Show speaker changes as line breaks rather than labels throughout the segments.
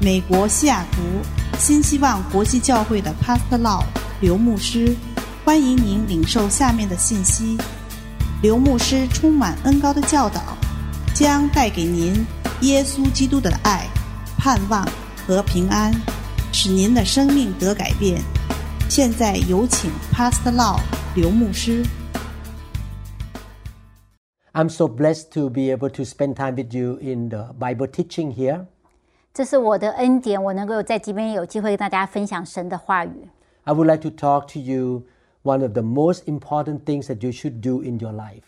美国西雅图新希望国际教会的 Pastor Lau 刘牧师，欢迎您领受下面的信息。刘牧师充满恩高的教导，将带给您耶稣基督的爱、盼望和平安，使您的生命得改变。现在有请 Pastor Lau 刘牧师。
I'm so blessed to be able to spend time with you in the Bible teaching here.
这是我的恩典，我能够在这边有机会跟大家分享神的话语。
I would like to talk to you one of the most important things that you should do in your life.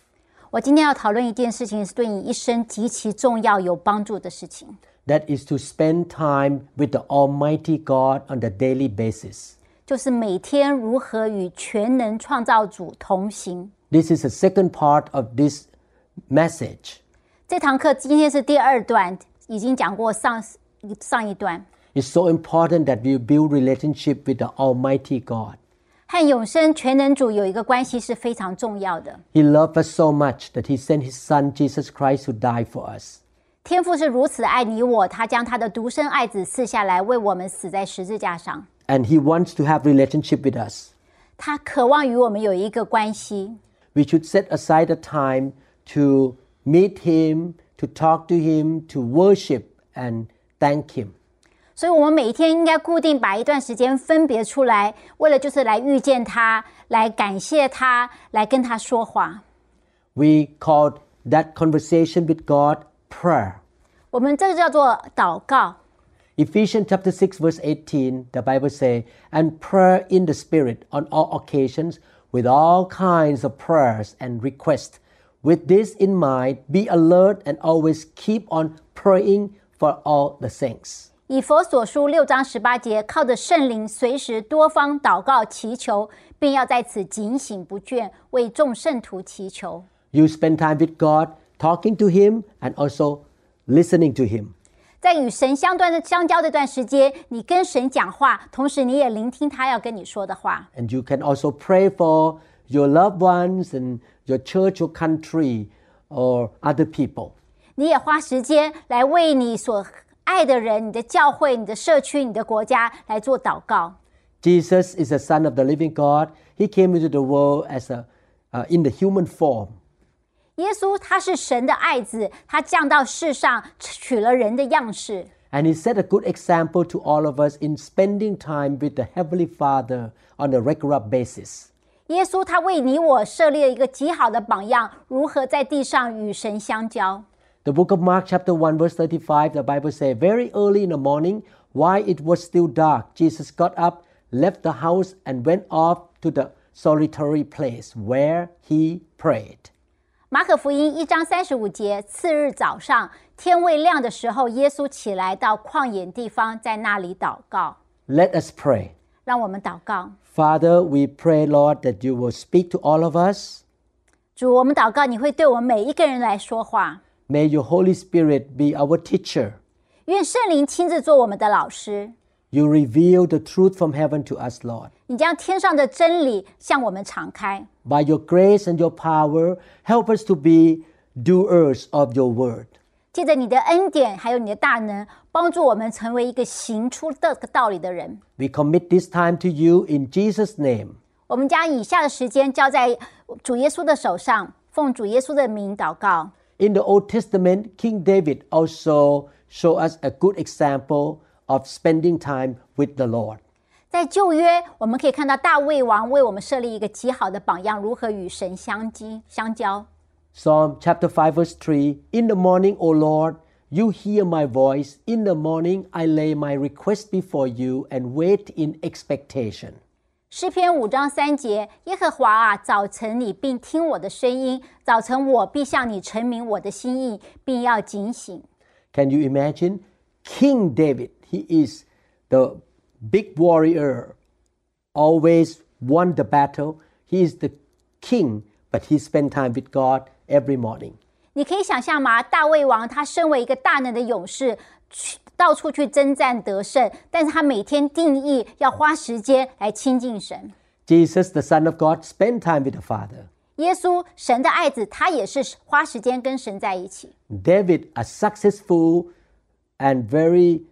我今天要讨论一件事情，是对你一生极其重要、有帮助的事情，
That is to spend time with the Almighty God on a daily basis.
就是每天如何与全能创造主同行。
This is the second part of this message.
这堂课今天是第二段，已经讲过上上一段，
It's so important that we build relationship with the Almighty God.
和永生全能主有一个关系是非常重要的。
He loved us so much that he sent his son Jesus Christ to die for us.
天父是如此爱你我，他将他的独生爱子赐下来，为我们死在十字架上。
And he wants to have relationship with us.
他渴望与我们有一个关系，
we should set aside a time to meet him, to talk to him, to worship and thank him.
所以，我们每一天应该固定把一段时间分别出来，为了就是来遇见他，来感谢他，来跟他说话。
We called that conversation with God prayer.
我们这个叫做祷告。
Ephesians chapter 6 verse 18, the Bible says, and prayer in the spirit on all occasions with all kinds of prayers and requests. With this in mind, be alert and always keep on praying for all the saints.
以佛所书六章十八节，靠着圣灵随时多方祷告祈求，并要在此警醒不倦，为众圣徒祈求。
You spend time with God, talking to Him, and also listening to Him.
在与神相断的相交这段时间，你跟神讲话，同时你也聆听他要跟你说的话。
And you can also pray for your loved ones and your church, your country, or other people.
你也花时间来为你所爱的人、你的教会、你的社区、你的国家来做祷告。
Jesus is the Son of the living God. He came into the world as a, uh, in the human form.
耶稣他是神的爱子，他降到世上取了人的样式，
And He set a good example to all of us in spending time with the Heavenly Father on a regular basis.
耶稣他为你我设立了一个极好的榜样，如何在地上与神相交。
The book of Mark, chapter 1, verse 35, the Bible says, Very early in the morning, while it was still dark, Jesus got up, left the house, and went off to the solitary place where he prayed.
马可福音一章三十五节，次日早上天未亮的时候，耶稣起来到旷野地方，在那里祷告。
Let us pray.
让我们祷告，
Father, we pray, Lord, that you will speak to all of us.
主，我们祷告，你会对我们每一个人来说话。
May your Holy Spirit be our teacher.
愿圣灵亲自做我们的老师，
You reveal the truth from heaven to us, Lord.
你将天上的真理向我们敞开。
By your grace and your power, help us to be doers of your word.
借着你的恩典，还有你的大能，帮助我们成为一个行出这个道理的人。
We commit this time to you in Jesus' name.
我们将以下的时间交在主耶稣的手上，奉主耶稣的名祷告。
In the Old Testament, King David also showed us a good example of spending time with the Lord.
在旧约，我们可以看到大卫王为我们设立一个极好的榜样，如何与神相激相交。
Psalm chapter 5 verse 3, In the morning, O Lord, you hear my voice. In the morning, I lay my request before you and wait in expectation.
诗篇五章三节：耶和华啊，早晨你并听我的声音，早晨我必向你陈明我的心意，并要警醒。
Can you imagine? King David, he is the big warrior, always won the battle. He is the king, but he spent time with God every morning.
你可以想象吗？大卫王他身为一个大能的勇士，去到处去征战得胜，但是他每天定义要花时间来亲近神。
Jesus, the Son of God, spent time with the Father.
耶稣，神的爱子，他也是花时间跟神在一起。
David, a successful and very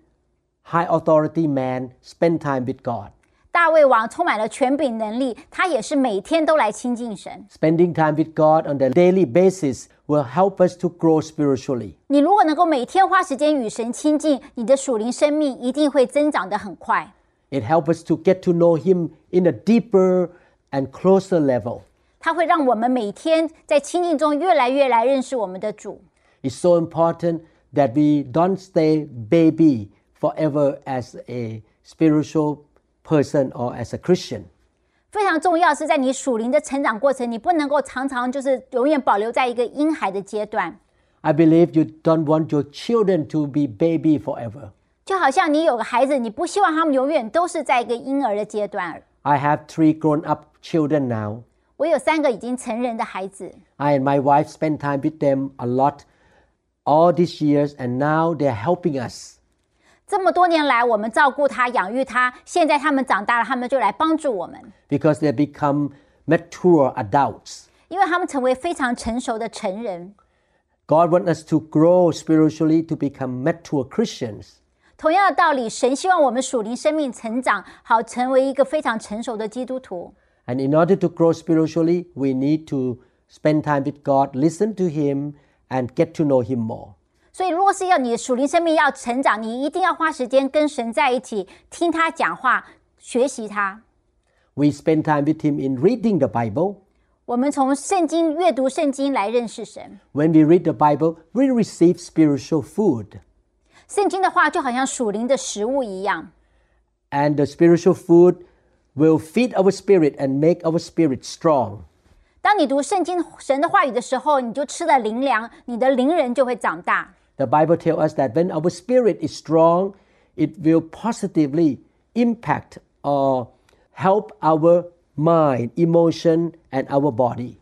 high authority man, spend time with God.
大卫王充满了权柄能力，他也是每天都来亲近神。
Spending time with God on a daily basis will help us to grow spiritually.
你如果能够每天花时间与神亲近，你的属灵生命一定会增长得很快。
It helps us to get to know Him in a deeper and closer level.
它会让我们每天在亲近中越来越来认识我们的主。
It's so important that we don't stay baby forever as a spiritual person or as a Christian.
非常重要是在你属灵的成长过程，你不能够常常就是永远保留在一个婴孩的阶段，
I believe you don't want your children to be baby forever.
就好像你有个孩子，你不希望他们永远都是在一个婴儿的阶段。
I have three grown up children now.
我有三个已经成人的孩子，
I and my wife spend time with them a lot all these years, and now they're helping us.
这么多年来我们照顾他、养育他，现在他们长大了，他们就来帮助我们，
because they become mature adults.
因为他们成为非常成熟的成人。
God wants us to grow spiritually to become mature Christians.
同样的道理，神希望我们属灵生命成长，好成为一个非常成熟的基督徒。
And in order to grow spiritually, we need to spend time with God, listen to Him, and get to know Him more.
所以，如果是要你的属灵生命要成长，你一定要花时间跟神在一起，听他讲话，学习他。
We spend time with Him in reading the Bible.
我们从圣经阅读圣经来认识神。
When we read the Bible, we receive spiritual food.
圣经的话就好像属灵的食物一样，
And the spiritual food will feed our spirit and make our spirit strong.
当你读圣经神的话语的时候，你就吃了灵粮，你的灵人就会长大。
The Bible tells us that when our spirit is strong, it will positively impact or help our mind, emotion, and our body.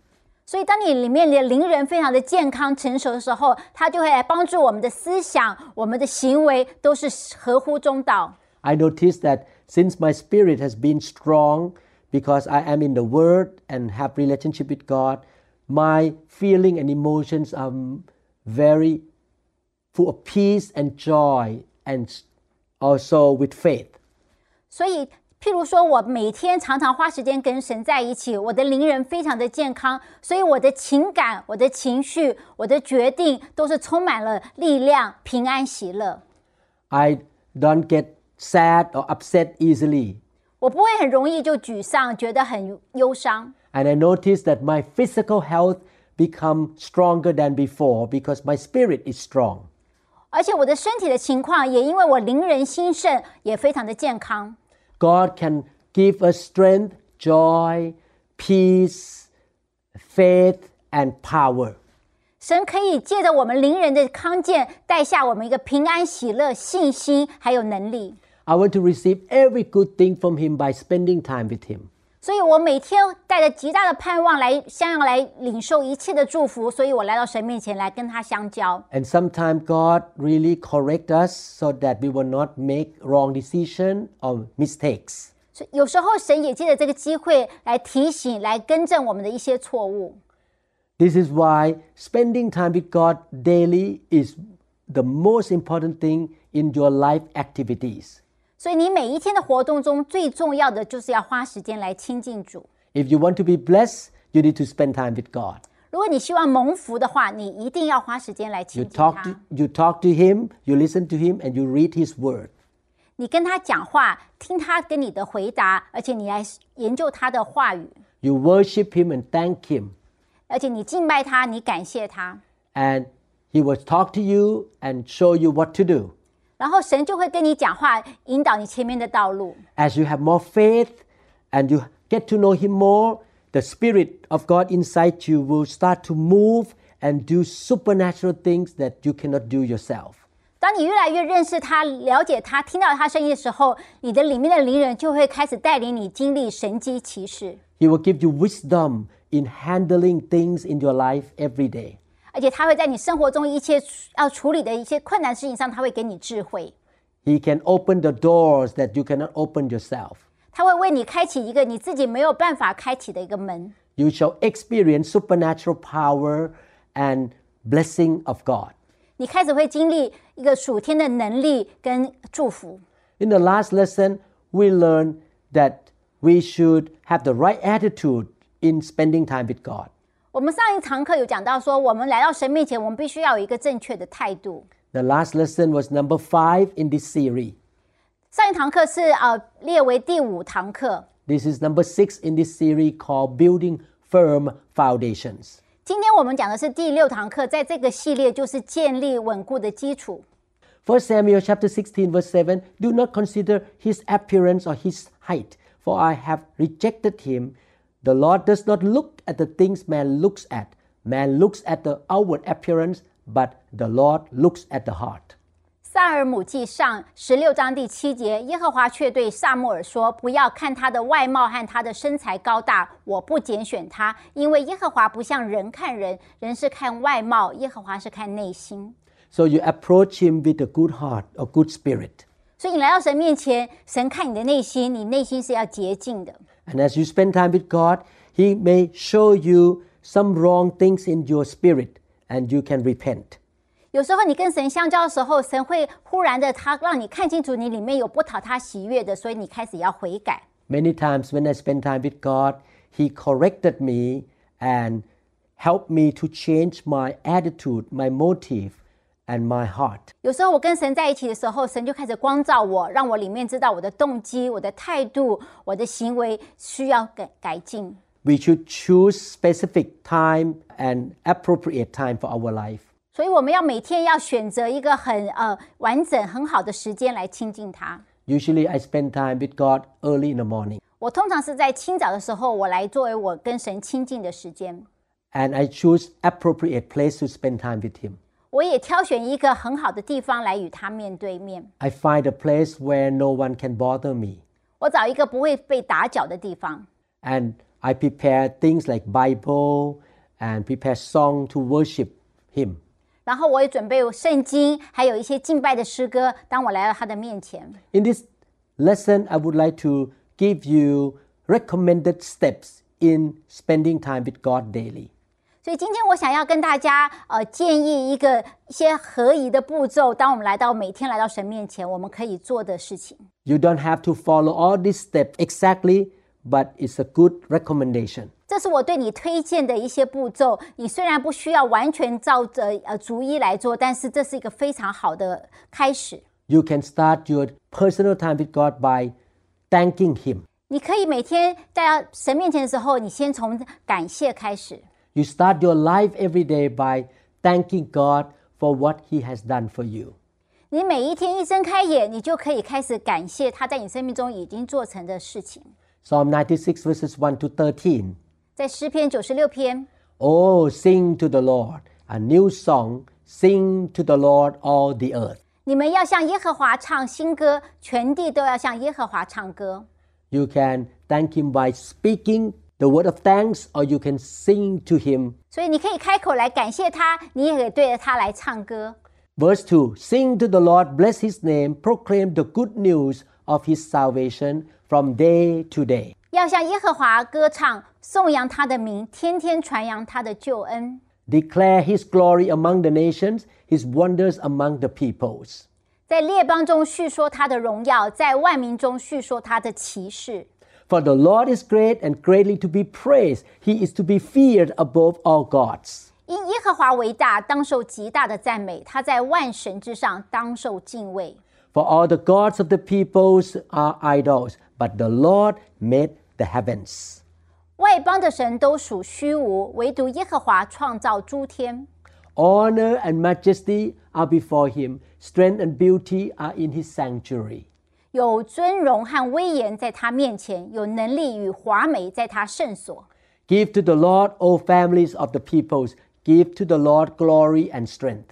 所以，当你里面的灵人非常的健康成熟的时候，他就会来帮助我们的思想、我们的行为都是合乎中道。
I notice that since my spirit has been strong because I am in the Word and have relationship with God, my feeling and emotions are very full of peace and joy and also with faith.
所以，譬如说，我每天常常花时间跟神在一起，我的灵人非常的健康，所以我的情感、我的情绪、我的决定都是充满了力量、平安、喜乐。
I don't get sad or upset easily
我不会很容易就沮丧，觉得很忧伤。
and I notice that my physical health become stronger than before because my spirit is strong.
而且我的身体的情况也因为我灵人兴盛，也非常的健康。
God can give us strength, joy, peace, faith, and power.
神可以借着我们灵人的康健，带下我们一个平安、喜乐、信心，还有能力。
I want to receive every good thing from Him by spending time with Him.
所以我每天带着极大的盼望来向来领受一切的祝福，所以我来到神面前来跟他相交。
And sometimes God really correct us so that we will not make wrong decision or mistakes.
所以有时候神也借着这个机会来提醒、来更正我们的一些错误。
This is why spending time with God daily is the most important thing in your life activities.
所以你每一天的活动中，最重要的就是要花时间来亲近主。
If you want to be blessed, you need to spend time with God.
如果你希望蒙福的话，你一定要花时间来
You
亲近
talk to,
他。
you talk to Him, you listen to Him, and you read His Word.
你跟他讲话，听他跟你的回答，而且你来研究他的话语，
You worship Him and thank Him.
而且你敬拜他，你感谢他。
And He will talk to you and show you what to do.
然后神就会跟你讲话，引导你前面的道路。
As you have more faith and you get to know Him more, the Spirit of God inside you will start to move and do supernatural things that you cannot do yourself.
当你越来越认识他、了解他、听到他声音的时候，你的里面的灵人就会开始带领你经历神机骑士，
He will give you wisdom in handling things in your life every day.
而且他会在你生活中一切要处理的一些困难事情上，他会给你智慧，
He can open the doors that you cannot open yourself.
他会为你开启一个你自己没有办法开启的一个门。
you shall experience supernatural power and blessing of God.
你开始会经历一个属天的能力跟祝福，
In the last lesson, we learned that we should have the right attitude in spending time with God.
我们上一堂课有讲到说，我们来到神面前，我们必须要有一个正确的态度。
The last lesson was number five in this series.
上一堂课是呃列为第五堂课，
This is number six in this series called Building Firm Foundations.
今天我们讲的是第六堂课，在这个系列就是建立稳固的基础。
1 Samuel chapter 16 verse 7 Do not consider his appearance or his height, for I have rejected him. The Lord does not look at the things man looks at. Man looks at the outward appearance, but the Lord looks at the heart.
萨尔姆记上十六章第七节，耶和华却对萨穆尔说：“不要看他的外貌和他的身材高大，我不拣选他，因为耶和华不像人看人，人是看外貌，耶和华是看内心。
So you approach him with a good heart, a good spirit.
所以你来到神面前，神看你的内心，你内心是要洁净的。
And as you spend time with God, he may show you some wrong things in your spirit and you can repent.
有时候你跟神相交的时候，神会忽然的他让你看清楚你里面有不讨他喜悦的，所以你开始要悔改。
Many times when I spend time with God, He corrected me and helped me to change my attitude, my motive, and my heart.
有时候我跟神在一起的时候，神就开始光照我，让我里面知道我的动机、我的态度、我的行为需要改改进。
We should choose specific time and appropriate time for our life.
所以我们要每天要选择一个很呃完整、很好的时间来亲近他。
Usually, I spend time with God early in the morning,
我通常是在清早的时候，我来作为我跟神亲近的时间。
and I choose appropriate place to spend time with Him.
我也挑选一个很好的地方来与他面对面。
I find a place where no one can bother me,
我找一个不会被打搅的地方。
and I prepare things like Bible and prepare song to worship Him.
然后我也准备圣经，还有一些敬拜的诗歌。当我来到他的面前，
In this lesson, I would like to give you recommended steps in spending time with God daily.
所以今天我想要跟大家呃建议一个一些合宜的步骤。当我们来到每天来到神面前，我们可以做的事情。
You don't have to follow all these steps exactly, but it's a good recommendation.
这是我对你推荐的一些步骤。你虽然不需要完全照着呃逐一来做，但是这是一个非常好的开始。
You can start your personal time with God by thanking Him.
你可以每天在神面前的时候，你先从感谢开始。
You start your life every day by thanking God for what He has done for you.
你每一天一睁开眼，你就可以开始感谢他在你生命中已经做成的事情。
Psalm 96, verses 1 to 13.
在诗篇九十六篇，
Oh, sing to the Lord a new song, sing to the Lord all the earth.
你们要向耶和华唱新歌，全地都要向耶和华唱歌。
You can thank Him by speaking the word of thanks, or you can sing to Him.
所以你可以开口来感谢他，你也可以对着他来唱歌。
Verse 2 Sing to the Lord, bless His name, proclaim the good news of His salvation from day to day.
要向耶和华歌唱，颂扬他的名，天天传扬他的救恩，
Declare His glory among the nations, His wonders among the peoples.
在列邦中叙说他的荣耀，在万民中叙说他的奇事。
For the Lord is great and greatly to be praised. He is to be feared above all gods.
因耶和华为大，当受极大的赞美；他在万神之上，当受敬畏。
For all the gods of the peoples are idols, but the Lord made the heavens.
外邦的神都属虚无，唯独耶和华创造诸天。
Honor and majesty are before him, strength and beauty are in his sanctuary.
有尊荣和威严在他面前，有能力与华美在他圣所。
Give to the Lord, O families of the peoples, give to the Lord glory and strength.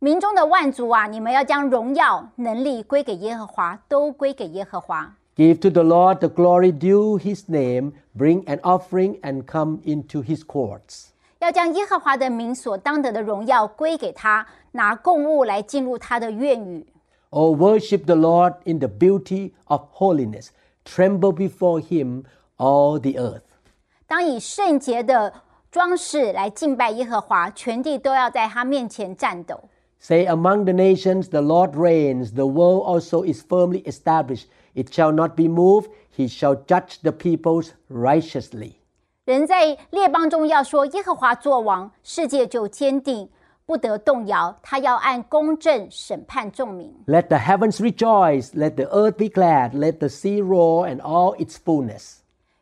民中的万族啊，你们要将荣耀、能力归给耶和华，都归给耶和华。
Give to the Lord the glory due his name, bring an offering and come into his courts.
要将耶和华的名所当得的荣耀归给他，拿供物来进入他的院宇。
O worship the Lord in the beauty of holiness, tremble before him, all the earth.
当以圣洁的装饰来敬拜耶和华，全地都要在他面前战斗。
Say, among the nations the Lord reigns, the world also is firmly established. It shall not be moved, he shall judge the peoples righteously.
人在列邦中要说耶和华作王，世界就坚定，不得动摇。他要按公正审判众民。
Let the heavens rejoice, let the earth be glad, let the sea roar and all its fullness.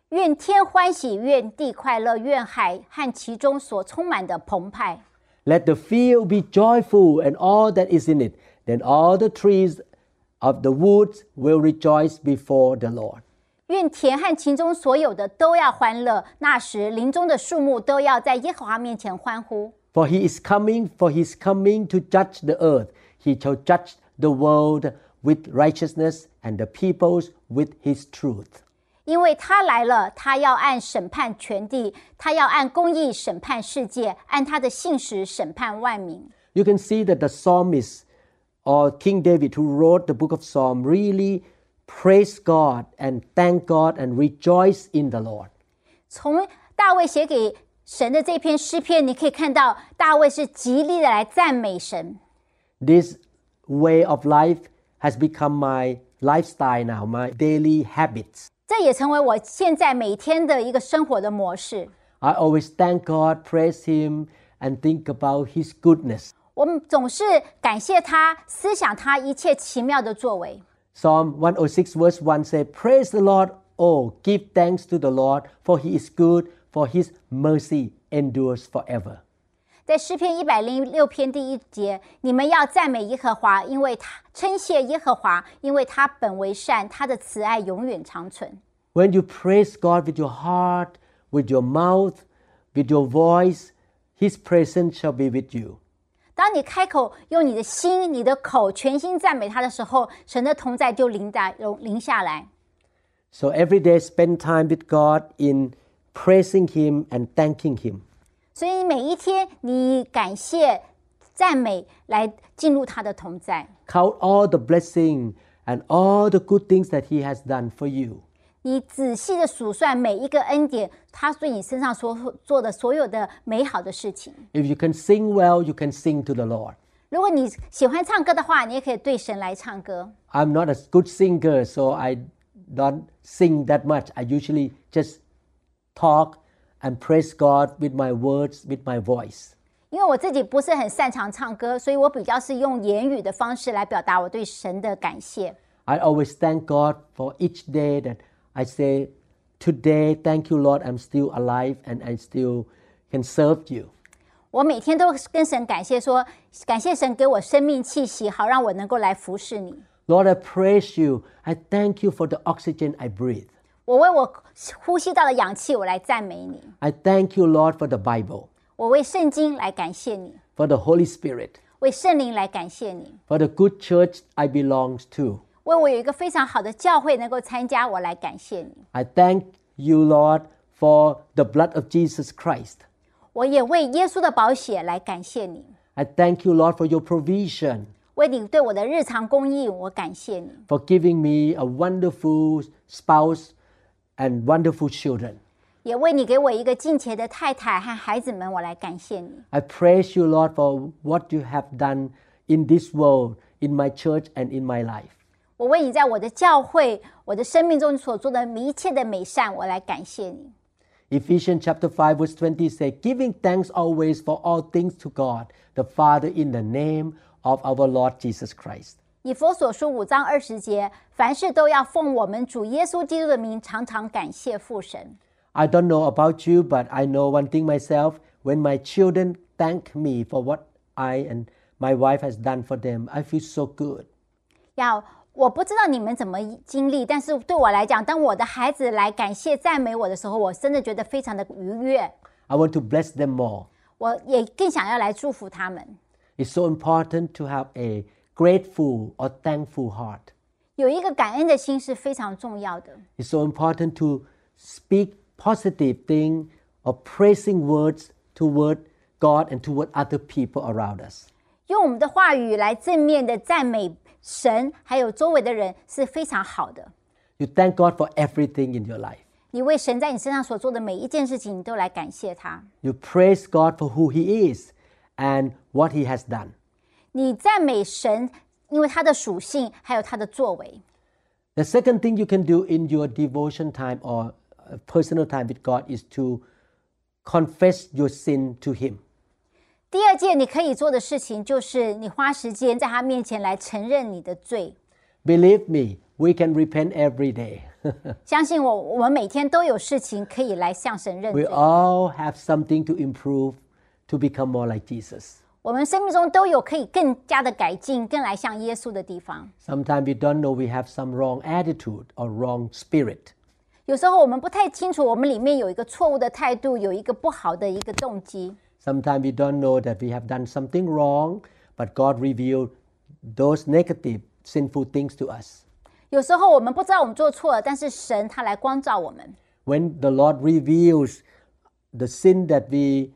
愿天欢喜，愿地快乐，愿海和其中所充满的澎湃，
Let the field be joyful and all that is in it. Then all the trees of the woods will rejoice before the Lord.
愿田和其中所有的都要欢乐。那时，林中的树木都要在耶和华面前欢呼。
For he is coming, for he is coming to judge the earth. He shall judge the world with righteousness and the peoples with his truth.
因为他来了，他要按审判全地，他要按公义审判世界，按他的信实审判万民。
You can see that the psalmist or King David, who wrote the book of Psalm, really praised God and thanked God and rejoiced in the Lord.
从大卫写给神的这篇诗篇，你可以看到大卫是极力的来赞美神。
This way of life has become my lifestyle now, my daily habits.
这也成为我现在每天的一个生活的模式。
I always thank God, praise Him, and think about His goodness.
我们总是感谢他，思想他一切奇妙的作为。
Psalm 106, verse 1 say, Praise the Lord, oh, give thanks to the Lord, for he is good, for his mercy endures forever.
在诗篇一百零六篇第一节，你们要赞美耶和华，因为他称谢耶和华，因为他本为善，他的慈爱永远长存。
When you praise God with your heart, with your mouth, with your voice, his presence shall be with you.
当你开口用你的心、你的口全心赞美他的时候，神的同在就临在临临下来。
So every day spend time with God in praising him and thanking him.
所以每一天你感谢、赞美来进入他的同在，
Count all the blessing and all the good things that he has done for you.
你仔细的数算每一个恩典，他对你身上所做的所有的美好的事情。
If you can sing well, you can sing to the Lord.
如果你喜欢唱歌的话，你也可以对神来唱歌。
I'm not a good singer, so I don't sing that much. I usually just talk and praise God with my words, with my voice.
因为我自己不是很擅长唱歌，所以我比较是用言语的方式来表达我对神的感谢。
I always thank God for each day that I say, Today, thank you, Lord, I'm still alive and I still can serve you.
我每天都跟神感谢说，感谢神给我生命气息，好让我能够来服侍你。
Lord, I praise you. I thank you for the oxygen I breathe.
我为我呼吸到的氧气，我来赞美你；
I thank you, Lord, for the Bible,
我为圣经来感谢你，
for the Holy Spirit,
为圣灵来感谢你，
for the good church I belong to.
为我有一个非常好的教会能够参加，我来感谢你。
I thank you, Lord, for the blood of Jesus Christ.
我也为耶稣的宝血来感谢你，
I thank you, Lord, for your provision,
为你对我的日常供应，我感谢你。
for giving me a wonderful spouse and wonderful children.
也为你给我一个敬虔的太太和孩子们，我来感谢你。
I praise you, Lord, for what you have done in this world, in my church, and in my life.
我为你在我的教会、我的生命中所做的一切的美善，我来感谢你。
Ephesians chapter 5 verse 20 say giving thanks always for all things to God the Father in the name of our Lord Jesus Christ.
以佛所书五章二十节，凡事都要奉我们主耶稣基督的名，常常感谢父神。
I don't know about you, but I know one thing myself. When my children thank me for what I and my wife has done for them, I feel so good.
要我不知道你们怎么经历，但是对我来讲，当我的孩子来感谢赞美我的时候，我真的觉得非常的愉悦。
I want to bless them more.
我也更想要来祝福他们。
It's so important to have a grateful or thankful heart.
有一个感恩的心是非常重要的。
It's so important to speak positive thing or praising words toward God and toward other people around us.
用我们的话语来正面的赞美神，还有周围的人是非常好的。
You thank God for everything in your life.
你为神在你身上所做的每一件事情，你都来感谢他。
You praise God for who He is and what He has done.
你赞美神，因为他的属性还有他的作为。
The second thing you can do in your devotion time or uh, personal time with God is to confess your sin to Him.
第二件你可以做的事情就是你花时间在他面前来承认你的罪。
Believe me, we can repent every day.
相信我，我们每天都有事情可以来向神认
we
罪。
all have something to improve to become more like Jesus.
我们生命中都有可以更加的改进、更来像耶稣的地方。
Sometimes we don't know we have some wrong attitude or wrong spirit.
有时候我们不太清楚，我们里面有一个错误的态度，有一个不好的一个动机。
Sometimes we don't know that we have done something wrong, but God revealed those negative, sinful things to us.
有时候我们不知道我们做错了，但是神他来光照我们。
When the Lord reveals the sin that we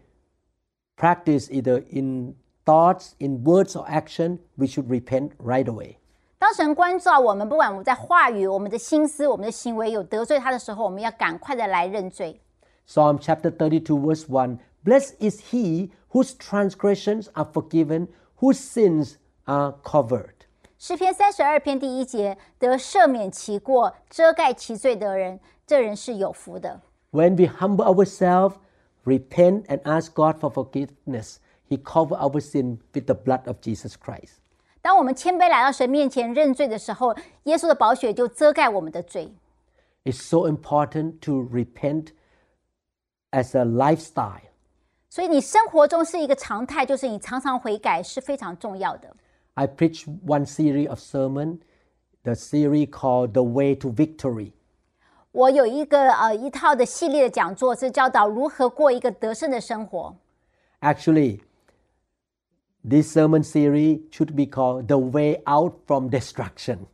practice either in thoughts, in words, or action, we should repent right away.
当神关照我们，不管我们在话语、我们的心思、我们的行为有得罪他的时候，我们要赶快的来认罪。
Psalm chapter 32, verse 1 Blessed is he whose transgressions are forgiven, whose sins are covered.
诗篇三十二篇第一节：得赦免其过、遮盖其罪的人，这人是有福的。
When we humble ourselves, repent, and ask God for forgiveness, He covers our sin with the blood of Jesus Christ.
当我们谦卑来到神面前认罪的时候，耶稣的宝血就遮盖我们的罪。
It's so important to repent as a lifestyle.
所以你生活中是一个常态，就是你常常悔改是非常重要的。
I preached one series of sermon, the series called The Way to Victory.
我有一个呃一套的系列的讲座，是教导如何过一个得胜的生活。
Actually, this sermon series should be called The Way Out from Destruction.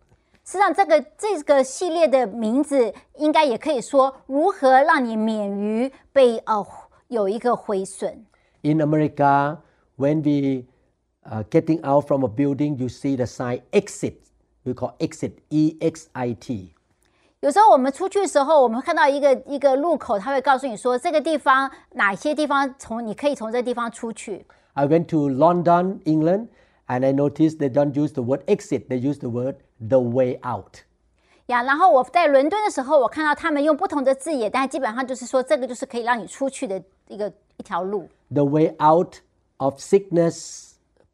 实际上，这个这个系列的名字应该也可以说如何让你免于被呃有一个毁损。
In America, when we are getting out from a building, you see the sign exit. We call exit, E X I T.
有时候我们出去的时候，我们会看到一个一个路口，它会告诉你说这个地方哪些地方从你可以从这地方出去。
I went to London, England, and I noticed they don't use the word exit, they use the word the way out.
呀，然后我在伦敦的时候，我看到他们用不同的字眼，但基本上就是说这个就是可以让你出去的一个一条路。
The way out of sickness,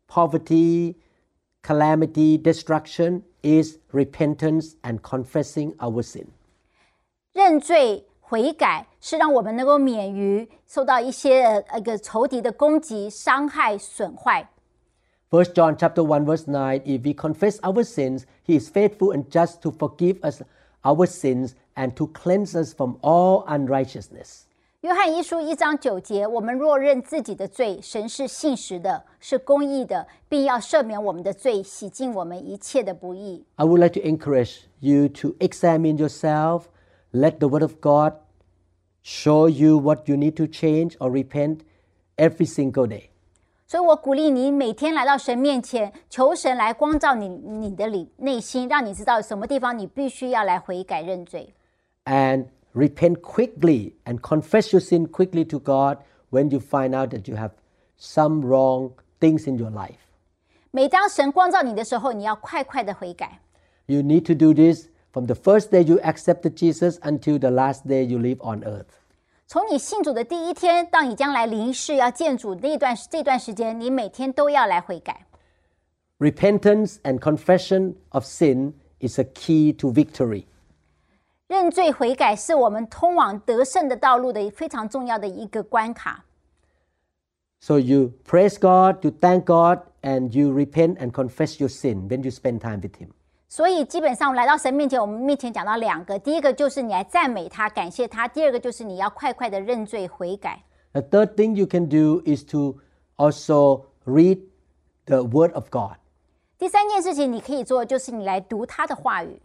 poverty, calamity, destruction is repentance and confessing our sin.
认罪悔改是让我们能够免于受到一些呃一个仇敌的攻击、伤害、损坏。
First John chapter 1 verse 9 if we confess our sins he is faithful and just to forgive us our sins and to cleanse us from all unrighteousness.
约翰一书一章九节：我们若认自己的罪，神是信实的，是公义的，并要赦免我们的罪，洗净我们一切的不义。
I would like to encourage you to examine yourself, let the word of God show you what you need to change or repent every single day.
所以我鼓励你每天来到神面前，求神来光照你你的里内心，让你知道什么地方你必须要来悔改认罪。
and repent quickly and confess your sin quickly to God when you find out that you have some wrong things in your life.
每当神光照你的时候，你要快快的悔改。
You need to do this from the first day you accepted Jesus until the last day you live on earth.
从你信主的第一天到你将来临世要见主那段这段时间，你每天都要来悔改。
Repentance and confession of sin is a key to victory.
认罪悔改是我们通往得胜的道路的非常重要的一个关卡。
So you praise God, you thank God, and you repent and confess your sin when you spend time with Him.
所以基本上来到神面前，我们面前讲到两个，第一个就是你来赞美他、感谢他；第二个就是你要快快的认罪悔改。
The third thing you can do is to also read the Word of God.
第三件事情你可以做，就是你来读他的话语。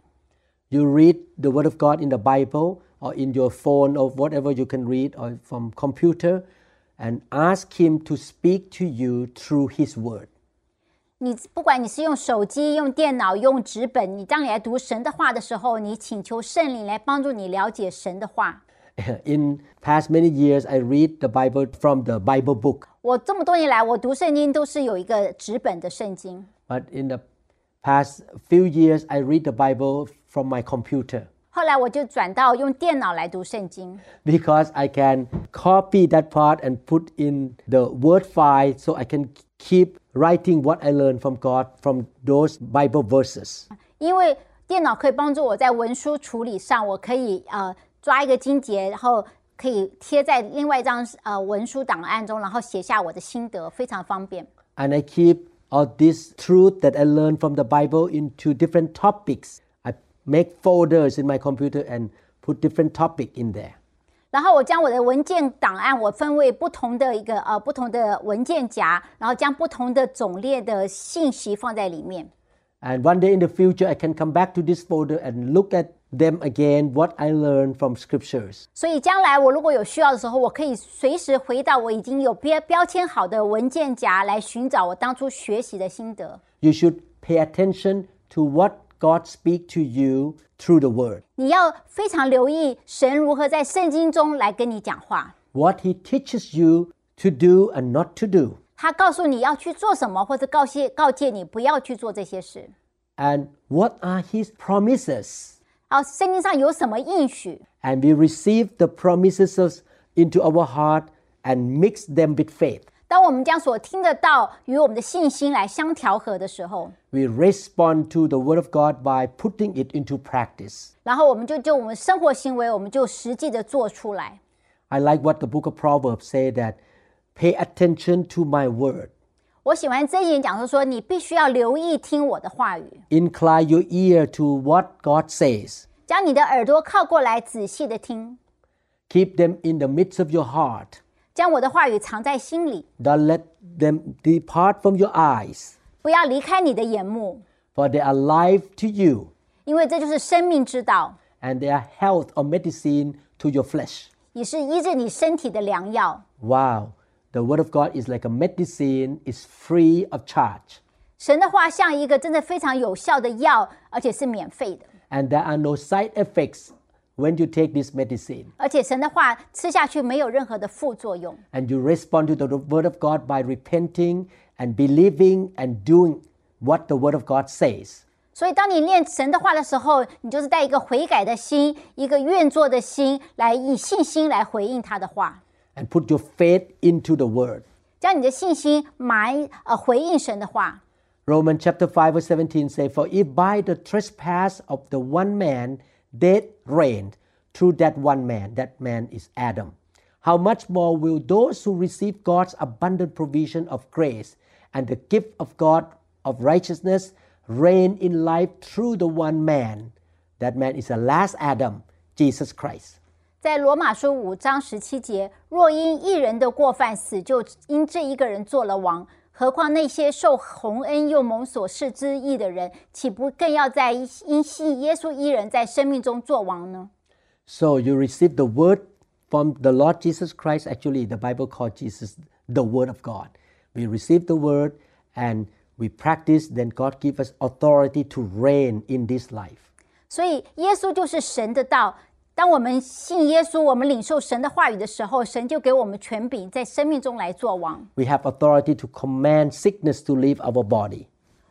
you read the word of god in the bible or in your phone or whatever you can read or from computer and ask him to speak to you through his word
你不管你是用手机、用电脑、用纸本，你当你来读神的话的时候，你请求圣灵来帮助你了解神的话。
In past many years, I read the Bible from the Bible book,
我这么多年来，我读圣经都是有一个纸本的圣经。
but in the past few years, I read the Bible from my computer
后来我就转到用电脑来读圣经，
because I can copy that part and put in the word file so I can keep writing what I learned from God from those Bible verses.
因为电脑可以帮助我在文书处理上，我可以呃抓一个经节，然后可以贴在另外一张呃文书档案中，然后写下我的心得，非常方便。
and I keep all this truth that I learned from the Bible into different topics. I make folders in my computer and put different topic in there.
然后我将我的文件档案，我分为不同的一个呃不同的文件夹，然后将不同的种类的信息放在里面。
And one day in the future, I can come back to this folder and look at them again, what I learned from scriptures.
所以将来我如果有需要的时候，我可以随时回到我已经有标标签好的文件夹来寻找我当初学习的心得。
You should pay attention to what God speaks to you through the word,
你要非常留意神如何在圣经中来跟你讲话，
what He teaches you to do and not to do,
他告诉你要去做什么，或者告诫告诫你不要去做这些事。
and what are His promises.
好，圣经上有什么应许？
and we receive the promises into our heart and mix them with faith.
当我们将所听得到与我们的信心来相调和的时候，
We respond to the Word of God by putting it into practice.
然后我们就就我们生活行为，我们就实际的做出来。
I like what the book of Proverbs say that pay attention to my word.
我喜欢这一点讲说说，你必须要留意听我的话语，
Incline your ear to what God says.
将你的耳朵靠过来，仔细的听，
Keep them in the midst of your heart.
将我的话语藏在心里，
Don't let them depart from your eyes,
不要离开你的眼目，
for they are life to you,
因为这就是生命之道，
and they are health or medicine to your flesh.
也是医治你身体的良药。
Wow, the Word of God is like a medicine, it's free of charge,
神的话像一个真的非常有效的药，而且是免费的，
and there are no side effects when you take this medicine.
而且神的话吃下去没有任何的副作用。
And you respond to the Word of God by repenting and believing and doing what the Word of God says.
所以，当你念神的话的时候，你就是带一个悔改的心，一个愿做的心，来以信心来回应他的话，
And put your faith into the Word.
将你的信心埋呃回应神的话。
Romans chapter 5 verse 17 say, For if by the trespass of the one man death reigned through that one man, that man is Adam, how much more will those who receive God's abundant provision of grace and the gift of God of righteousness reign in life through the one man? That man is the last Adam, Jesus Christ.
在罗马书五章十七节，若因一人的过犯死，就因这一个人做了王。何况那些受洪恩又蒙所赐之意的人，岂不更要在因信耶稣一人在生命中做王呢？
So you receive the word from the Lord Jesus Christ. Actually, the Bible called Jesus the Word of God. We receive the word and we practice, then God gives us authority to reign in this life.
所以，耶稣就是神的道。当我们信耶稣，我们领受神的话语的时候，神就给我们权柄，在生命中来做王。
We have authority to command sickness to leave our body.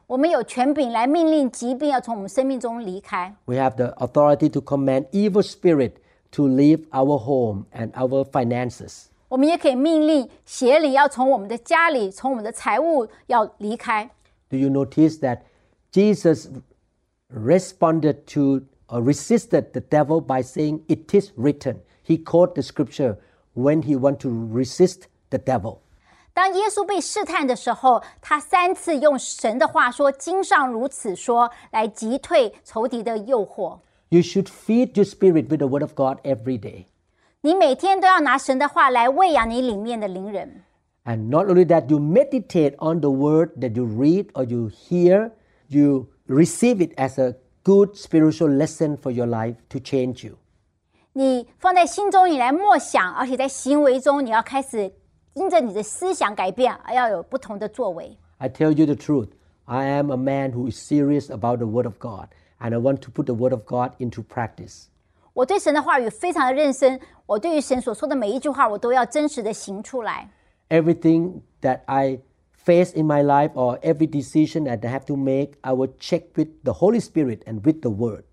我们有权柄来命令疾病要从我们生命中离开。
We have the authority to command evil spirit to leave our home and our finances.
我们也可以命令邪灵要从我们的家里、从我们的财物要离开。
Do you notice that Jesus responded to or resisted the devil by saying, It is written? He quoted the scripture when he wanted to resist the devil.
当耶稣被试探的时候，他三次用神的话说“经上如此说”来击退仇敌的诱惑。
You should feed your spirit with the word of God every day.
你每天都要拿神的话来喂养你里面的灵人。
And not only that, you meditate on the word that you read or you hear, you receive it as a good spiritual lesson for your life to change you.
你放在心中，你来默想，而且在行为中，你要开始因着你的思想改变，而要有不同的作为。
I tell you the truth. I am a man who is serious about the Word of God, and I want to put the Word of God into practice.
我对神的话语非常的认真，我对于神所说的每一句话，我都要真实的行出来。
Everything that I face in my life or every decision that I have to make, I will check with the Holy Spirit and with the Word.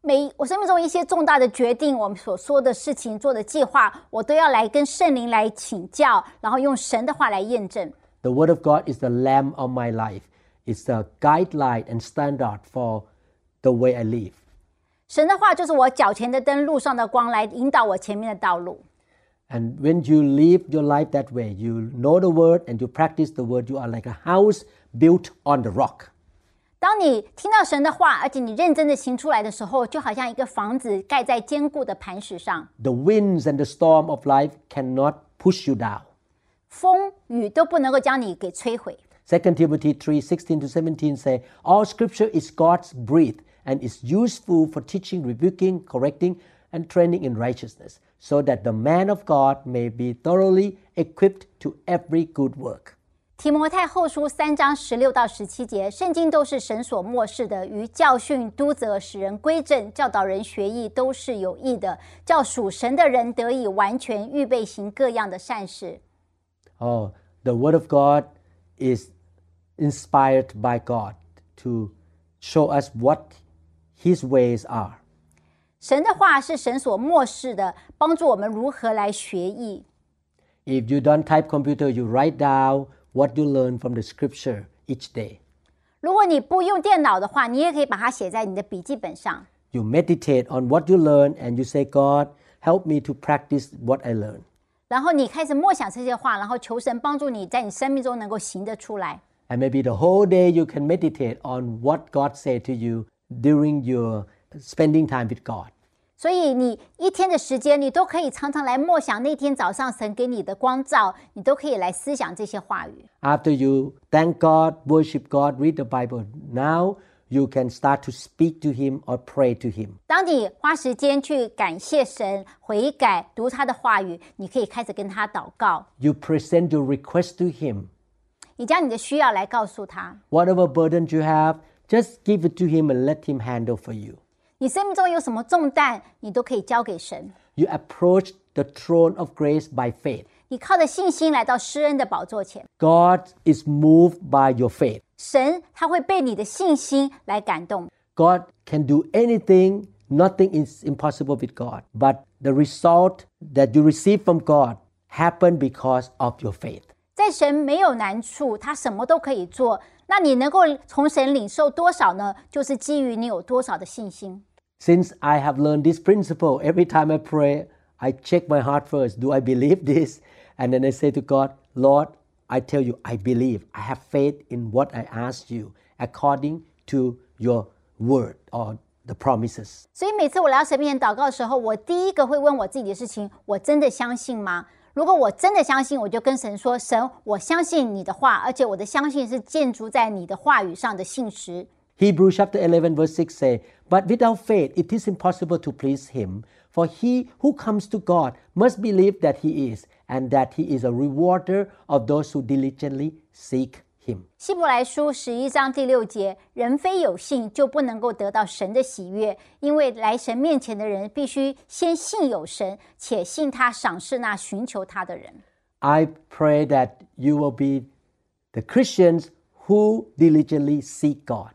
每我生命中一些重大的决定，我们所说的事情、做的计划，我都要来跟圣灵来请教，然后用神的话来验证。
The Word of God is the lamp of my life. It's the guideline and standard for the way I live.
神的话就是我脚前的灯，路上的光，来引导我前面的道路。
And when you live your life that way, you know the Word and you practice the Word, you are like a house built on the rock.
当你听到神的话，而且你认真的行出来的时候，就好像一个房子盖在坚固的磐石上，
The winds and the storm of life cannot push you down.
风雨都不能够将你给摧毁。
2 Timothy 3 16 to 17 say, All scripture is God's breathed and is useful for teaching, rebuking, correcting, and training in righteousness, so that the man of God may be thoroughly equipped to every good work.
提摩太后书三章十六到十七节，圣经都是神所漠视的，于教训、督责、使人归正、教导人学艺，都是有益的，叫属神的人得以完全预备行各样的善事。
Oh, the Word of God is inspired by God to show us what His ways are.
神的话是神所漠视的，帮助我们如何来学艺。
If you don't type computer, you write down what you learn from the scripture each day.
如果你不用电脑的话，你也可以把它写在你的笔记本上。
You meditate on what you learn and you say, God, help me to practice what I learn.
然后你开始默想这些话，然后求神帮助你在你生命中能够行得出来。
And maybe the whole day you can meditate on what God said to you during your spending time with God.
所以你一天的时间，你都可以常常来默想那天早上神给你的光照，你都可以来思想这些话语。
After you thank God, worship God, read the Bible, now you can start to speak to Him or pray to Him.
当你花时间去感谢神、悔改、读他的话语，你可以开始跟他祷告，
You present your request to Him.
你将你的需要来告诉他。
Whatever burden you have, just give it to Him and let Him handle for you.
你生命中有什么重担，你都可以交给神。
You approach the throne of grace by faith.
你靠着信心来到施恩的宝座前，
God is moved by your faith.
神他会被你的信心来感动。
God can do anything. Nothing is impossible with God. But the result that you receive from God happened because of your faith.
在神没有难处，他什么都可以做。那你能够从神领受多少呢？就是基于你有多少的信心。
Since I have learned this principle, every time I pray, I check my heart first. Do I believe this? And then I say to God, Lord, I tell you, I believe. I have faith in what I asked you according to your word or the promises.
所以每次我来到神面前祷告的时候，我第一个会问我自己的事情：我真的相信吗？如果我真的相信，我就跟神说：“神，我相信你的话，而且我的相信是建筑在你的话语上的信实。
Hebrews chapter 11 verse 6 say, But without faith it is impossible to please him, for he who comes to God must believe that he is, and that he is a rewarder of those who diligently seek him. ”
希伯来书十一章第六节：“人非有信，就不能够得到神的喜悦，因为来神面前的人必须先信有神，且信他赏识那寻求他的人。”
I pray that you will be the Christians who diligently seek God,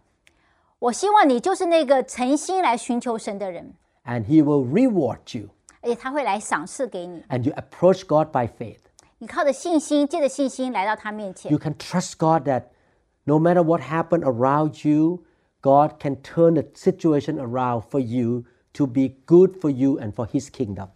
我希望你就是那个诚心来寻求神的人，
and he will reward you.
而且他会来赏赐给你。
And you approach God by faith.
你靠着信心，借着信心来到他面前
You。can trust God that no matter what happened around you, God can turn the situation around for you to be good for you and for His kingdom.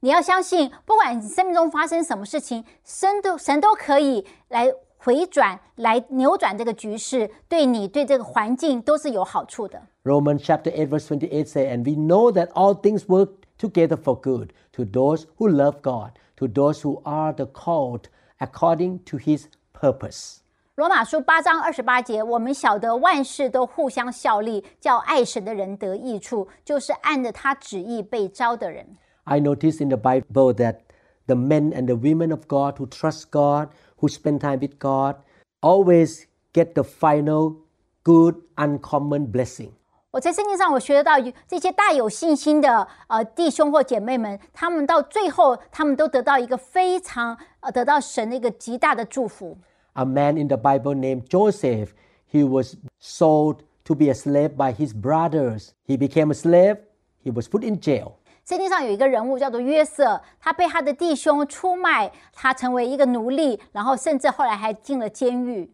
你要相信，不管你生命中发生什么事情，神都神都可以来回转、来扭转这个局势，对你、对这个环境都是有好处的。
Romans chapter 8, verse 28 say, And we know that all things work together for good to those who love God, to those who are the called according to His purpose.
罗马书八章二十八节，我们晓得万事都互相效力，叫爱神的人得益处，就是按着他旨意被招的人。
I notice in the Bible that the men and the women of God who trust God, who spend time with God, always get the final good, uncommon blessing.
我在圣经上我学得到有这些大有信心的呃弟兄或姐妹们，他们到最后，他们都得到一个非常呃得到神的一个极大的祝福。
A man in the Bible named Joseph, he was sold to be a slave by his brothers. He became a slave, he was put in jail.
圣经上有一个人物叫做约瑟，他被他的弟兄出卖，他成为一个奴隶，然后甚至后来还进了监狱。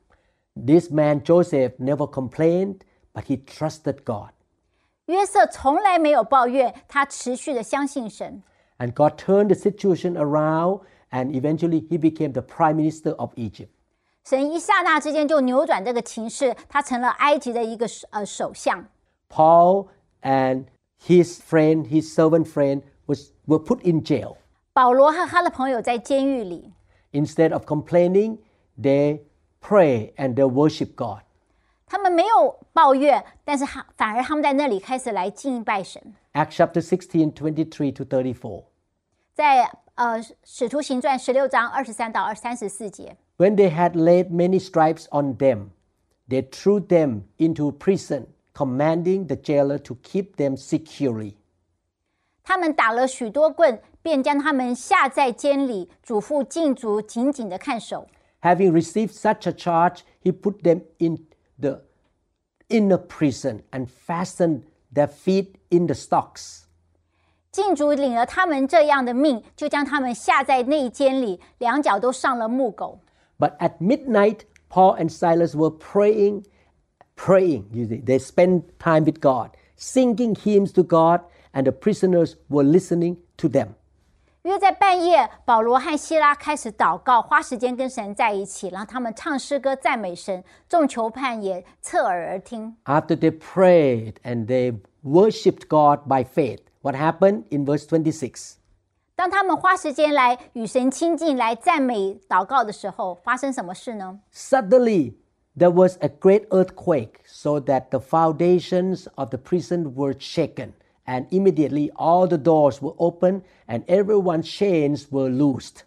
This man Joseph never complained, but he trusted God.
约瑟从来没有抱怨，他持续的相信神。
And God turned the situation around, and eventually he became the prime minister of Egypt.
神一刹那之间就扭转这个情势，他成了埃及的一个呃首相。
Paul and his friend, his servant friend, was, were put in jail.
保罗和他的朋友在监狱里，
Instead of complaining, they pray and they worship God.
他们没有抱怨，但是他反而他们在那里开始来敬拜神。
Acts chapter 16, 23 to 34.
在呃《使徒行传》十六章二十三到二三十四节，
When they had laid many stripes on them, they threw them into prison, commanding the jailer to keep them securely.
他们打了许多棍，便将他们下在监里，嘱咐禁足紧紧的看守。
Having received such a charge, he put them in the inner prison and fastened their feet in the stocks.
禁主领了他们这样的命，就将他们下在内监里，两脚都上了木狗。
But at midnight, Paul and Silas were praying, praying. You see, They spent time with God, singing hymns to God, and the prisoners were listening to them.
约在半夜，保罗和希拉开始祷告，花时间跟神在一起，让他们唱诗歌赞美神。众囚犯也侧耳而听。
After they prayed and they worshiped God by faith, what happened in verse 26?
当他们花时间来与神亲近、来赞美祷告的时候，发生什么事呢？
Suddenly, there was a great earthquake, so that the foundations of the prison were shaken. And immediately all the doors were opened and everyone's chains were loosed.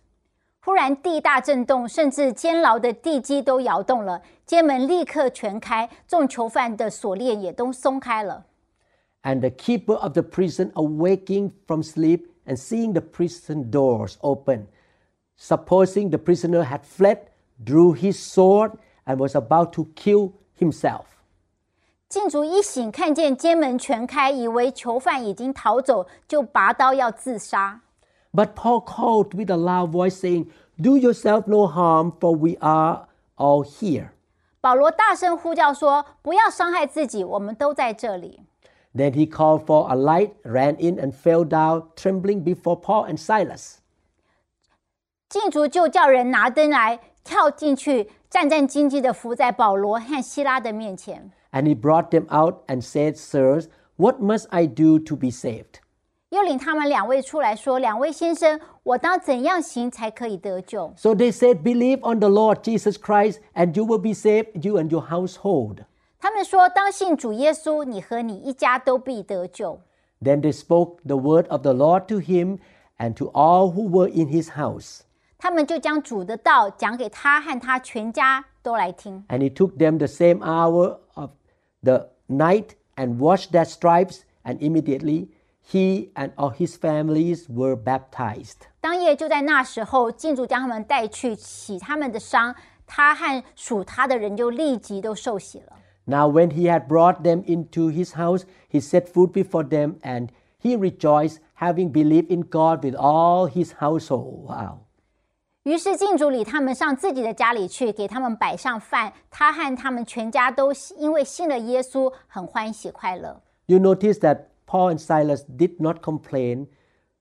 忽然地大震动，甚至监牢的地基都摇动了，监门立刻全开，众囚犯的锁链也都松开了。
And the keeper of the prison, awaking from sleep and seeing the prison doors open, supposing the prisoner had fled, drew his sword and was about to kill himself.
禁足一醒，看见监门全开，以为囚犯已经逃走，就拔刀要自杀。
But Paul called with a loud voice, saying, Do yourself no harm, for we are all here.
保罗大声呼叫说：“不要伤害自己，我们都在这里。
Then he called for a light, ran in, and fell down, trembling before Paul and Silas. ”
禁足就叫人拿灯来，跳进去，战战兢兢地伏在保罗和希拉的面前。
And he brought them out and said, Sirs, what must I do to be saved?
又领他们两位出来说：“两位先生，我当怎样行才可以得救
So they said, Believe on the Lord Jesus Christ, and you will be saved, you and your household.？”
他们说：“当信主耶稣，你和你一家都必得救。”
Then they spoke the word of the Lord to him and to all who were in his house.
他们就将主的道讲给他和他全家都来听。
And he took them the same hour of the night and washed their stripes, and immediately he and all his families were baptized.
当夜就在那时候，禁主将他们带去洗他们的伤，他和属他的人就立即都受洗了。
Now, when he had brought them into his house, he set food before them, and he rejoiced, having believed in God with all his household. Wow.
于是禁主领他们上自己的家里去，给他们摆上饭。他和他们全家都因为信了耶稣，很欢喜快乐。
You notice that Paul and Silas did not complain,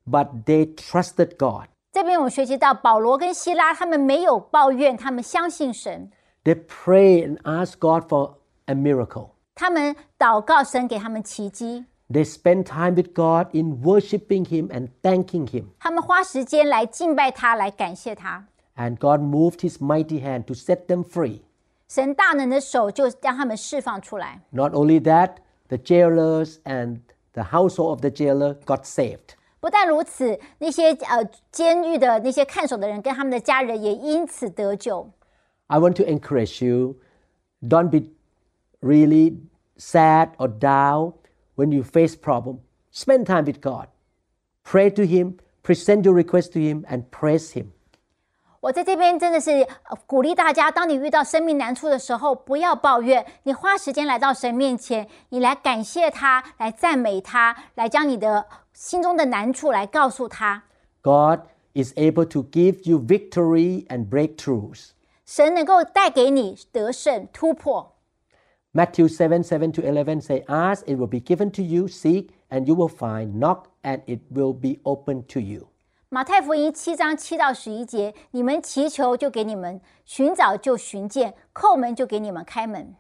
but they trusted God.
这边我们学习到保罗跟希拉，他们没有抱怨，他们相信神，
They prayed and asked God for a miracle.
他们祷告神给他们奇迹，
They spend time with God in worshiping Him and thanking Him.
他们花时间来敬拜他，来感谢他。
And God moved His mighty hand to set them free.
神大能的手就将他们释放出来。
Not only that, the jailers and the household of the jailer got saved.
不但如此，那些呃监狱的那些看守的人跟他们的家人也因此得救。
I want to encourage you don't be really sad or down, when you face problem, spend time with God. Pray to Him, present your request to Him, and praise Him.
我在这边真的是呃鼓励大家，当你遇到生命难处的时候，不要抱怨，你花时间来到神面前，你来感谢他，来赞美他，来将你的心中的难处来告诉他。
God is able to give you victory and breakthroughs.
神能够带给你得胜突破。
Matthew 7 7 to 11 say, Ask, it will be given to you, seek, and you will find, knock, and it will be opened to you.
马太福音七章七到十一节，你们祈求就给你们，寻找就寻见，叩门就给你们开门。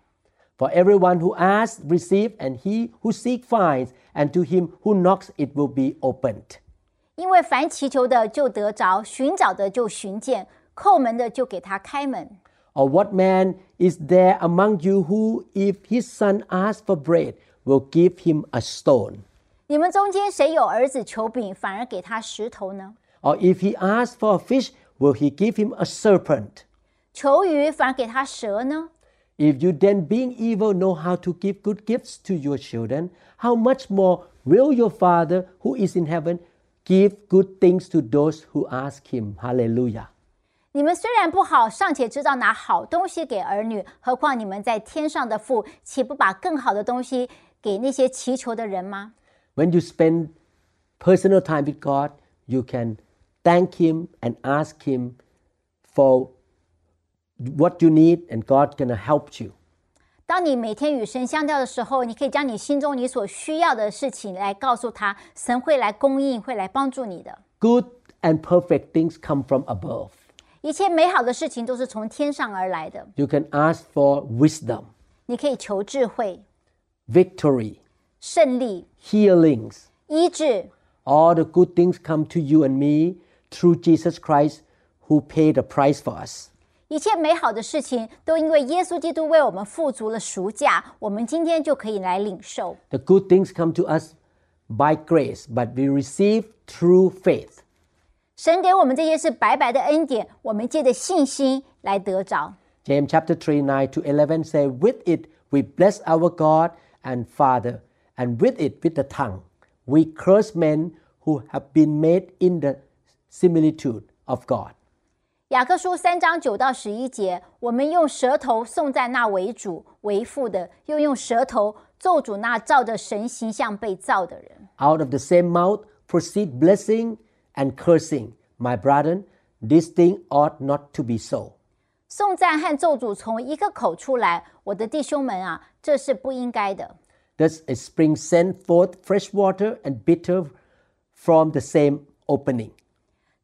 For everyone who asks, receives, and he who seeks, finds, and to him who knocks, it will be opened.
因为凡祈求的就得着，寻找的就寻见，叩门的就给他开门。
Or what man is there among you who, if his son asks for bread, will give him a stone?
你们中间谁有儿子求饼，反而给他石头呢？
Or if he asks for a fish, will he give him a serpent?
求鱼反而给他蛇呢？
If you then, being evil, know how to give good gifts to your children, how much more will your Father who is in heaven give good things to those who ask him? Hallelujah.
你们虽然不好，尚且知道拿好东西给儿女，何况你们在天上的父，岂不把更好的东西给那些祈求的人吗？
When you spend personal time with God, you can thank Him and ask Him for what you need, and God's gonna help you.
当你每天与神相交的时候，你可以将你心中你所需要的事情来告诉他，神会来供应，会来帮助你的。
Good and perfect things come from above.
一切美好的事情都是从天上而来的。
You can ask for wisdom,
你可以求智慧、
victory,
胜利、
healings,
医治，
All the good things come to you and me through Jesus Christ who paid the price for us.
一切美好的事情都因为耶稣基督为我们付足了赎价，我们今天就可以来领受。
The good things come to us by grace, but we receive through faith.
神给我们这些是白白的恩典，我们借着信心来得着。
James chapter 3, 9 to 11 say, With it we bless our God and Father, and with it, with the tongue, we curse men who have been made in the similitude of God.
雅各书三章九到十一节，我们用舌头颂赞那为主为父的，又用舌头咒诅那照着神形象被造的人。
Out of the same mouth proceed blessing and cursing. My brethren, this thing ought not to be so.
颂赞和咒诅从一个口出来，我的弟兄们啊，这是不应该的。
Does a spring send forth fresh water and bitter from the same opening?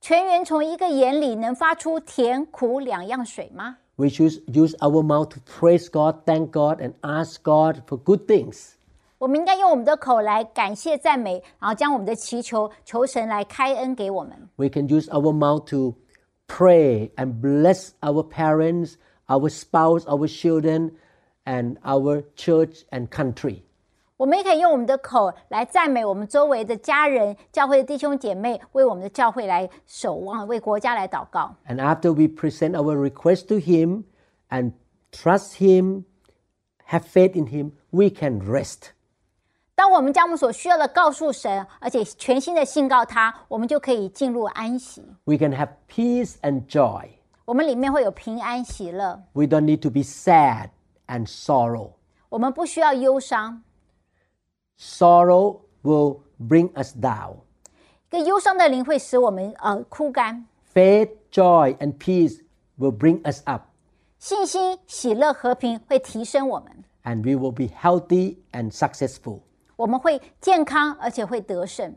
全员从一个眼里能发出甜苦两样水吗？
We should use our mouth to praise God, thank God, and ask God for good things.
我们应该用我们的口来感谢赞美，然后将我们的祈求求神来开恩给我们。
We can use our mouth to pray and bless our parents, our spouse, our children, and our church and country.
我们也可以用我们的口来赞美我们周围的家人、教会的弟兄姐妹，为我们的教会来守望，为国家来祷告。
And after we present our request to Him and trust Him, have faith in Him, we can rest.
当我们将我们所需要的告诉神，而且全心的信告他，我们就可以进入安息。
We can have peace and joy.
我们里面会有平安喜乐，
We don't need to be sad and sorrow.
我们不需要忧伤。
Sorrow will bring us down.
一个忧伤的灵会使我们呃枯干，
Faith, joy, and peace will bring us up,
信心、喜乐、和平会提升我们，
and we will be healthy and successful.
我们会健康，而且会得胜。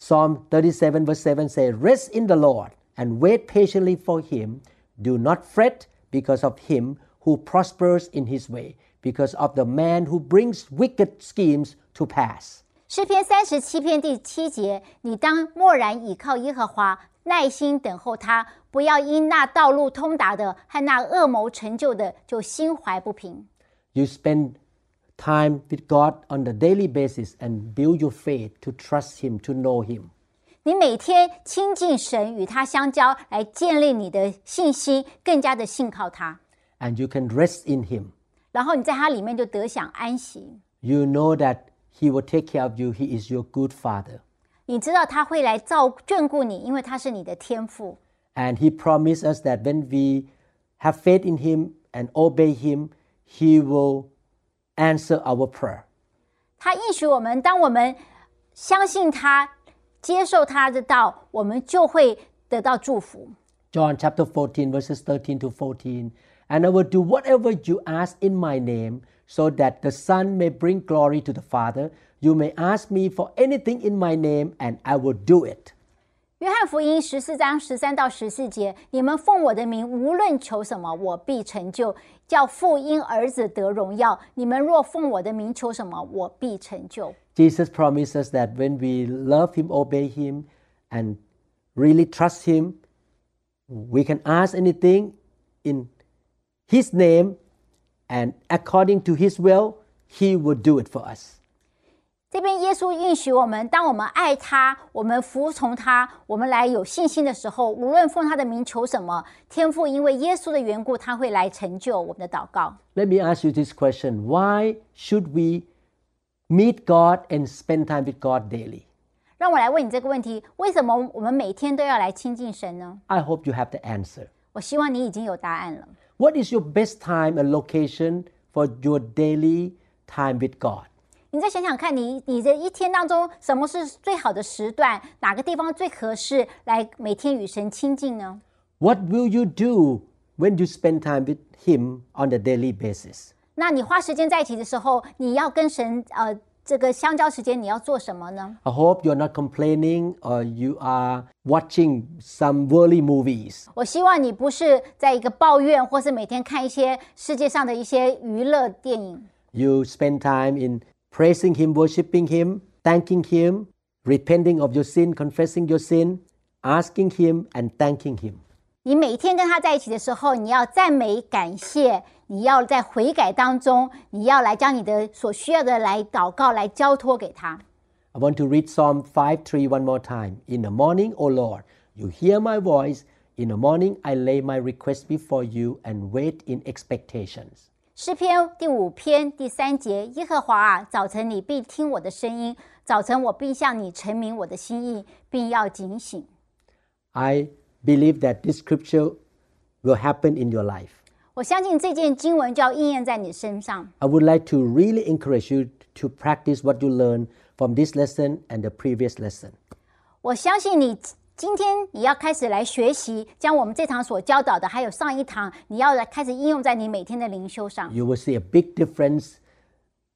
Psalm 37, verse 7 says, Rest in the Lord and wait patiently for him. Do not fret because of him who prospers in his way, because of the man who brings wicked schemes to pass.
诗篇三十七篇第七节：你当默然倚靠耶和华，耐心等候他，不要因那道路通达的和那恶谋成就的就心怀不平。
You spend time with God on a daily basis and build your faith to trust Him, to know Him.
你每天亲近神，与他相交，来建立你的信心，更加的信靠他，
And you can rest in Him.
然后你在他里面就得享安息。
You know that He will take care of you. He is your good Father.
你知道他会来照眷顾你，因为他是你的天赋。
And He promised us that when we have faith in Him and obey Him, He will answer our prayer.
他应许我们，当我们相信他、接受他的道，我们就会得到祝福。
John chapter 14, verses 13 to 14. And I will do whatever you ask in my name, so that the Son may bring glory to the Father. You may ask me for anything in my name, and I will do it.
约翰福音十四章十三到十四节：你们奉我的名无论求什么，我必成就，叫父因儿子得荣耀。你们若奉我的名求什么，我必成就。
Jesus promises that when we love Him, obey Him, and really trust Him, we can ask anything in His name, and according to His will, He will do it for us.
这边耶稣应许我们，当我们爱他，我们服从他，我们来有信心的时候，无论奉他的名求什么，天父因为耶稣的缘故，他会来成就我们的祷告。
Let me ask you this question Why should we meet God and spend time with God daily?
让我来问你这个问题：为什么我们每天都要来亲近神呢？
I hope you have the answer.
我希望你已经有答案了。
What is your best time and location for your daily time with God?
你再想想看你，你这一天当中，什么是最好的时段？哪个地方最合适来每天与神亲近呢？
What will you do when you spend time with Him on a daily basis?
那你花时间在一起的时候，你要跟神呃这个相交时间，你要做什么呢？
I hope you're not complaining or you are watching some worldly movies.
我希望你不是在一个抱怨，或是每天看一些世界上的一些娱乐电影。
You spend time in praising Him, worshiping Him, thanking Him, repenting of your sin, confessing your sin, asking Him, and thanking Him.
你每天跟他在一起的时候，你要赞美、感谢，你要在悔改当中，你要来将你的所需要的来祷告、来交托给他。
I want to read Psalm 5:3 one more time. In the morning, O Lord, you hear my voice. In the morning, I lay my request before you and wait in expectations.
诗篇第五篇第三节：耶和华啊，早晨你必听我的声音，早晨我必向你陈明我的心意，并要警醒。
I believe that this scripture will happen in your life.
我相信这件经文就要应验在你身上。
I would like to really encourage you to practice what you learned from this lesson and the previous lesson.
我相信你今天你要开始来学习，将我们这堂所教导的，还有上一堂，你要来开始应用在你每天的灵修上。
You will see a big difference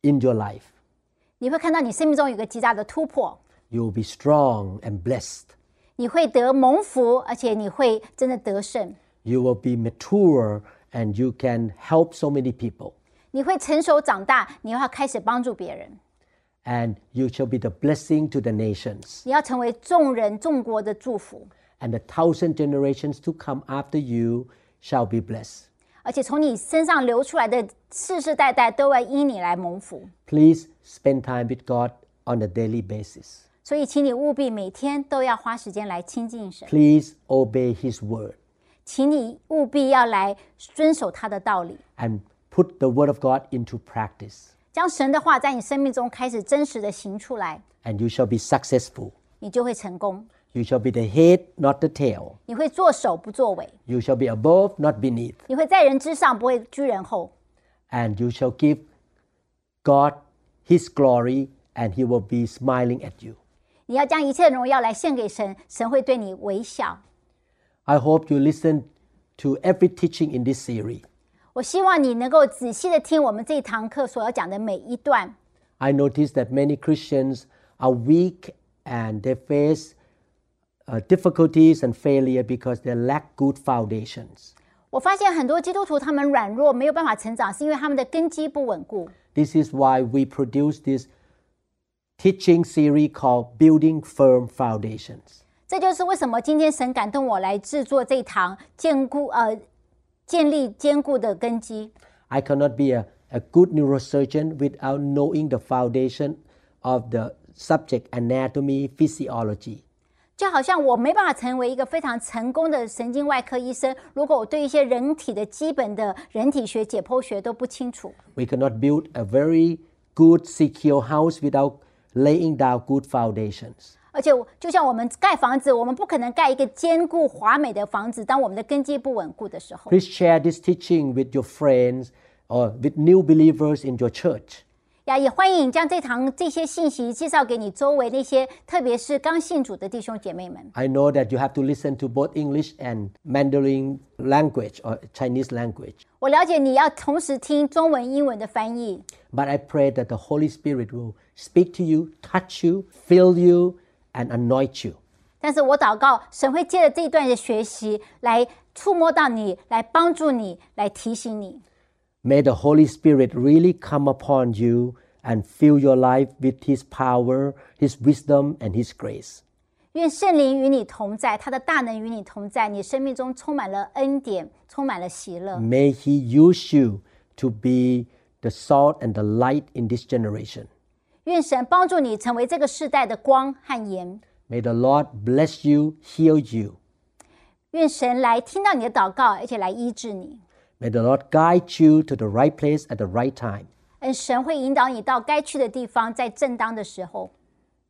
in your life.
你会看到你生命中有个极大的突破，
You will be strong and blessed.
你会得蒙福，而且你会真的得胜，
You will be mature and you can help so many people.
你会成熟长大，你要开始帮助别人，
and you shall be the blessing to the nations.
你要成为众人众国的祝福，
And the thousand generations to come after you shall be blessed.
而且从你身上流出来的世世代代都会因你来蒙福。
Please spend time with God on a daily basis.
所以，请你务必每天都要花时间来亲近神。
Please obey His word
请你务必要来遵守他的道理，
and put the word of God into practice,
将神的话在你生命中开始真实的行出来，
and you shall be successful.
你就会成功。
You shall be the head, not the tail.
你会做首不作尾，
You shall be above, not beneath.
你会在人之上不会居人后，
And you shall give God His glory, and He will be smiling at you.
你要将一切荣耀来献给神，神会对你微笑。
I hope you listen to every teaching in this series.
我希望你能够仔细的听我们这一堂课所要讲的每一段。
I notice that many Christians are weak and they face uh, difficulties and failure because they lack good foundations.
我发现很多基督徒他们软弱，没有办法成长，是因为他们的根基不稳固。
This is why we produce this teaching series called Building Firm Foundations.
这就是为什么今天神感动我来制作这一堂坚固呃建立坚固的根基。
I cannot be a, a good neurosurgeon without knowing the foundation of the subject anatomy, physiology.
就好像我没办法成为一个非常成功的神经外科医生，如果我对一些人体的基本的人体学、解剖学都不清楚，
We cannot build a very good, secure house without laying down good foundations.
而且我就像我们盖房子，我们不可能盖一个坚固华美的房子，当我们的根基不稳固的时候。
Please share this teaching with your friends or with new believers in your church.
呀，也欢迎你将这堂这些信息介绍给你周围那些，特别是刚信主的弟兄姐妹们。
I know that you have to listen to both English and Mandarin language or Chinese language,
我了解你要同时听中文、英文的翻译，
but I pray that the Holy Spirit will speak to you, touch you, fill you, and anoint you.
但是我祷告神会借着这一段的学习来触摸到你，来帮助你，来提醒你。
May the Holy Spirit really come upon you and fill your life with His power, His wisdom, and His grace.
愿圣灵与你同在，他的大能与你同在，你生命中充满了恩典，充满了喜乐。
May He use you to be the salt and the light in this generation.
愿神帮助你成为这个世代的光和盐。
May the Lord bless you, heal you.
愿神来听到你的祷告，而且来医治你。
May the Lord guide you to the right place at the right time.
嗯，神会引导你到该去的地方，在正当的时候。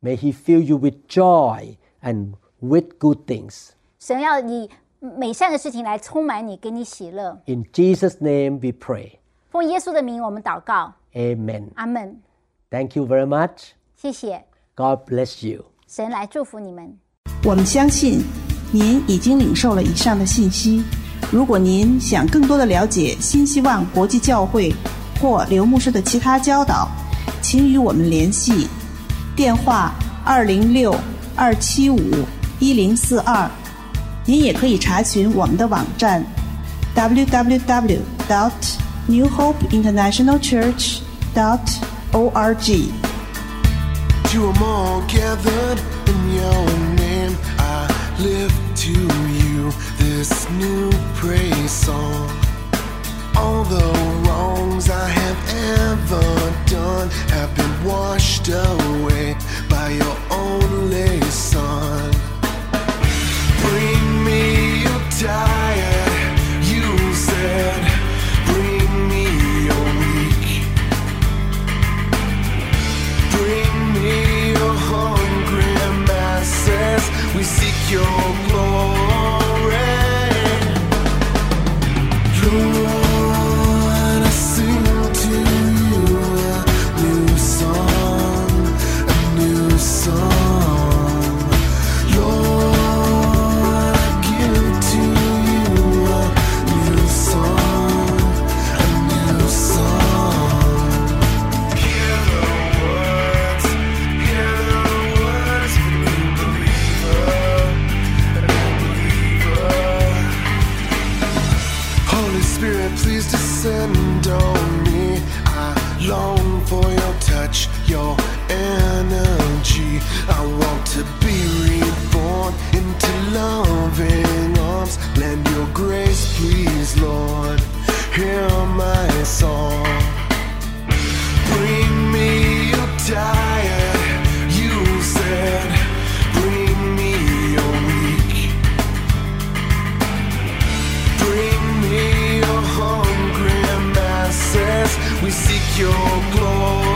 May He fill you with joy and with good things.
神要你嗯美善的事情来充满你，给你喜乐。
In Jesus' name we pray.
奉耶稣的名，我们祷告，
Amen.
阿门。
Thank you very much.
谢谢
God bless you.
神来祝福你们。
我们相信您已经领受了以上的信息。如果您想更多的了解新希望国际教会或刘牧师的其他教导，请与我们联系，电话二零六二七五一零四二。您也可以查询我们的网站 www. dot New Hope International Church. dot org。
You are more gathered in your name. I lift to you this new praise song. All the wrongs I have ever done have been washed away by your only son. Bring me your tired, you said. Bring me your weak. Bring me your hungry masses. We seek your glory. Lord, I sing to you a new song, a new song. Lord, I give to you a new song, a new song. Hear the words, hear the words of a new believer, a new believer. Holy Spirit, please descend on me. I long for your touch, your energy. I want to be reborn into loving arms. Lend your grace, please, Lord. Hear my song. Bring me your tired, you said. Bring me your weak. Bring me your hungry masses. We seek your glory.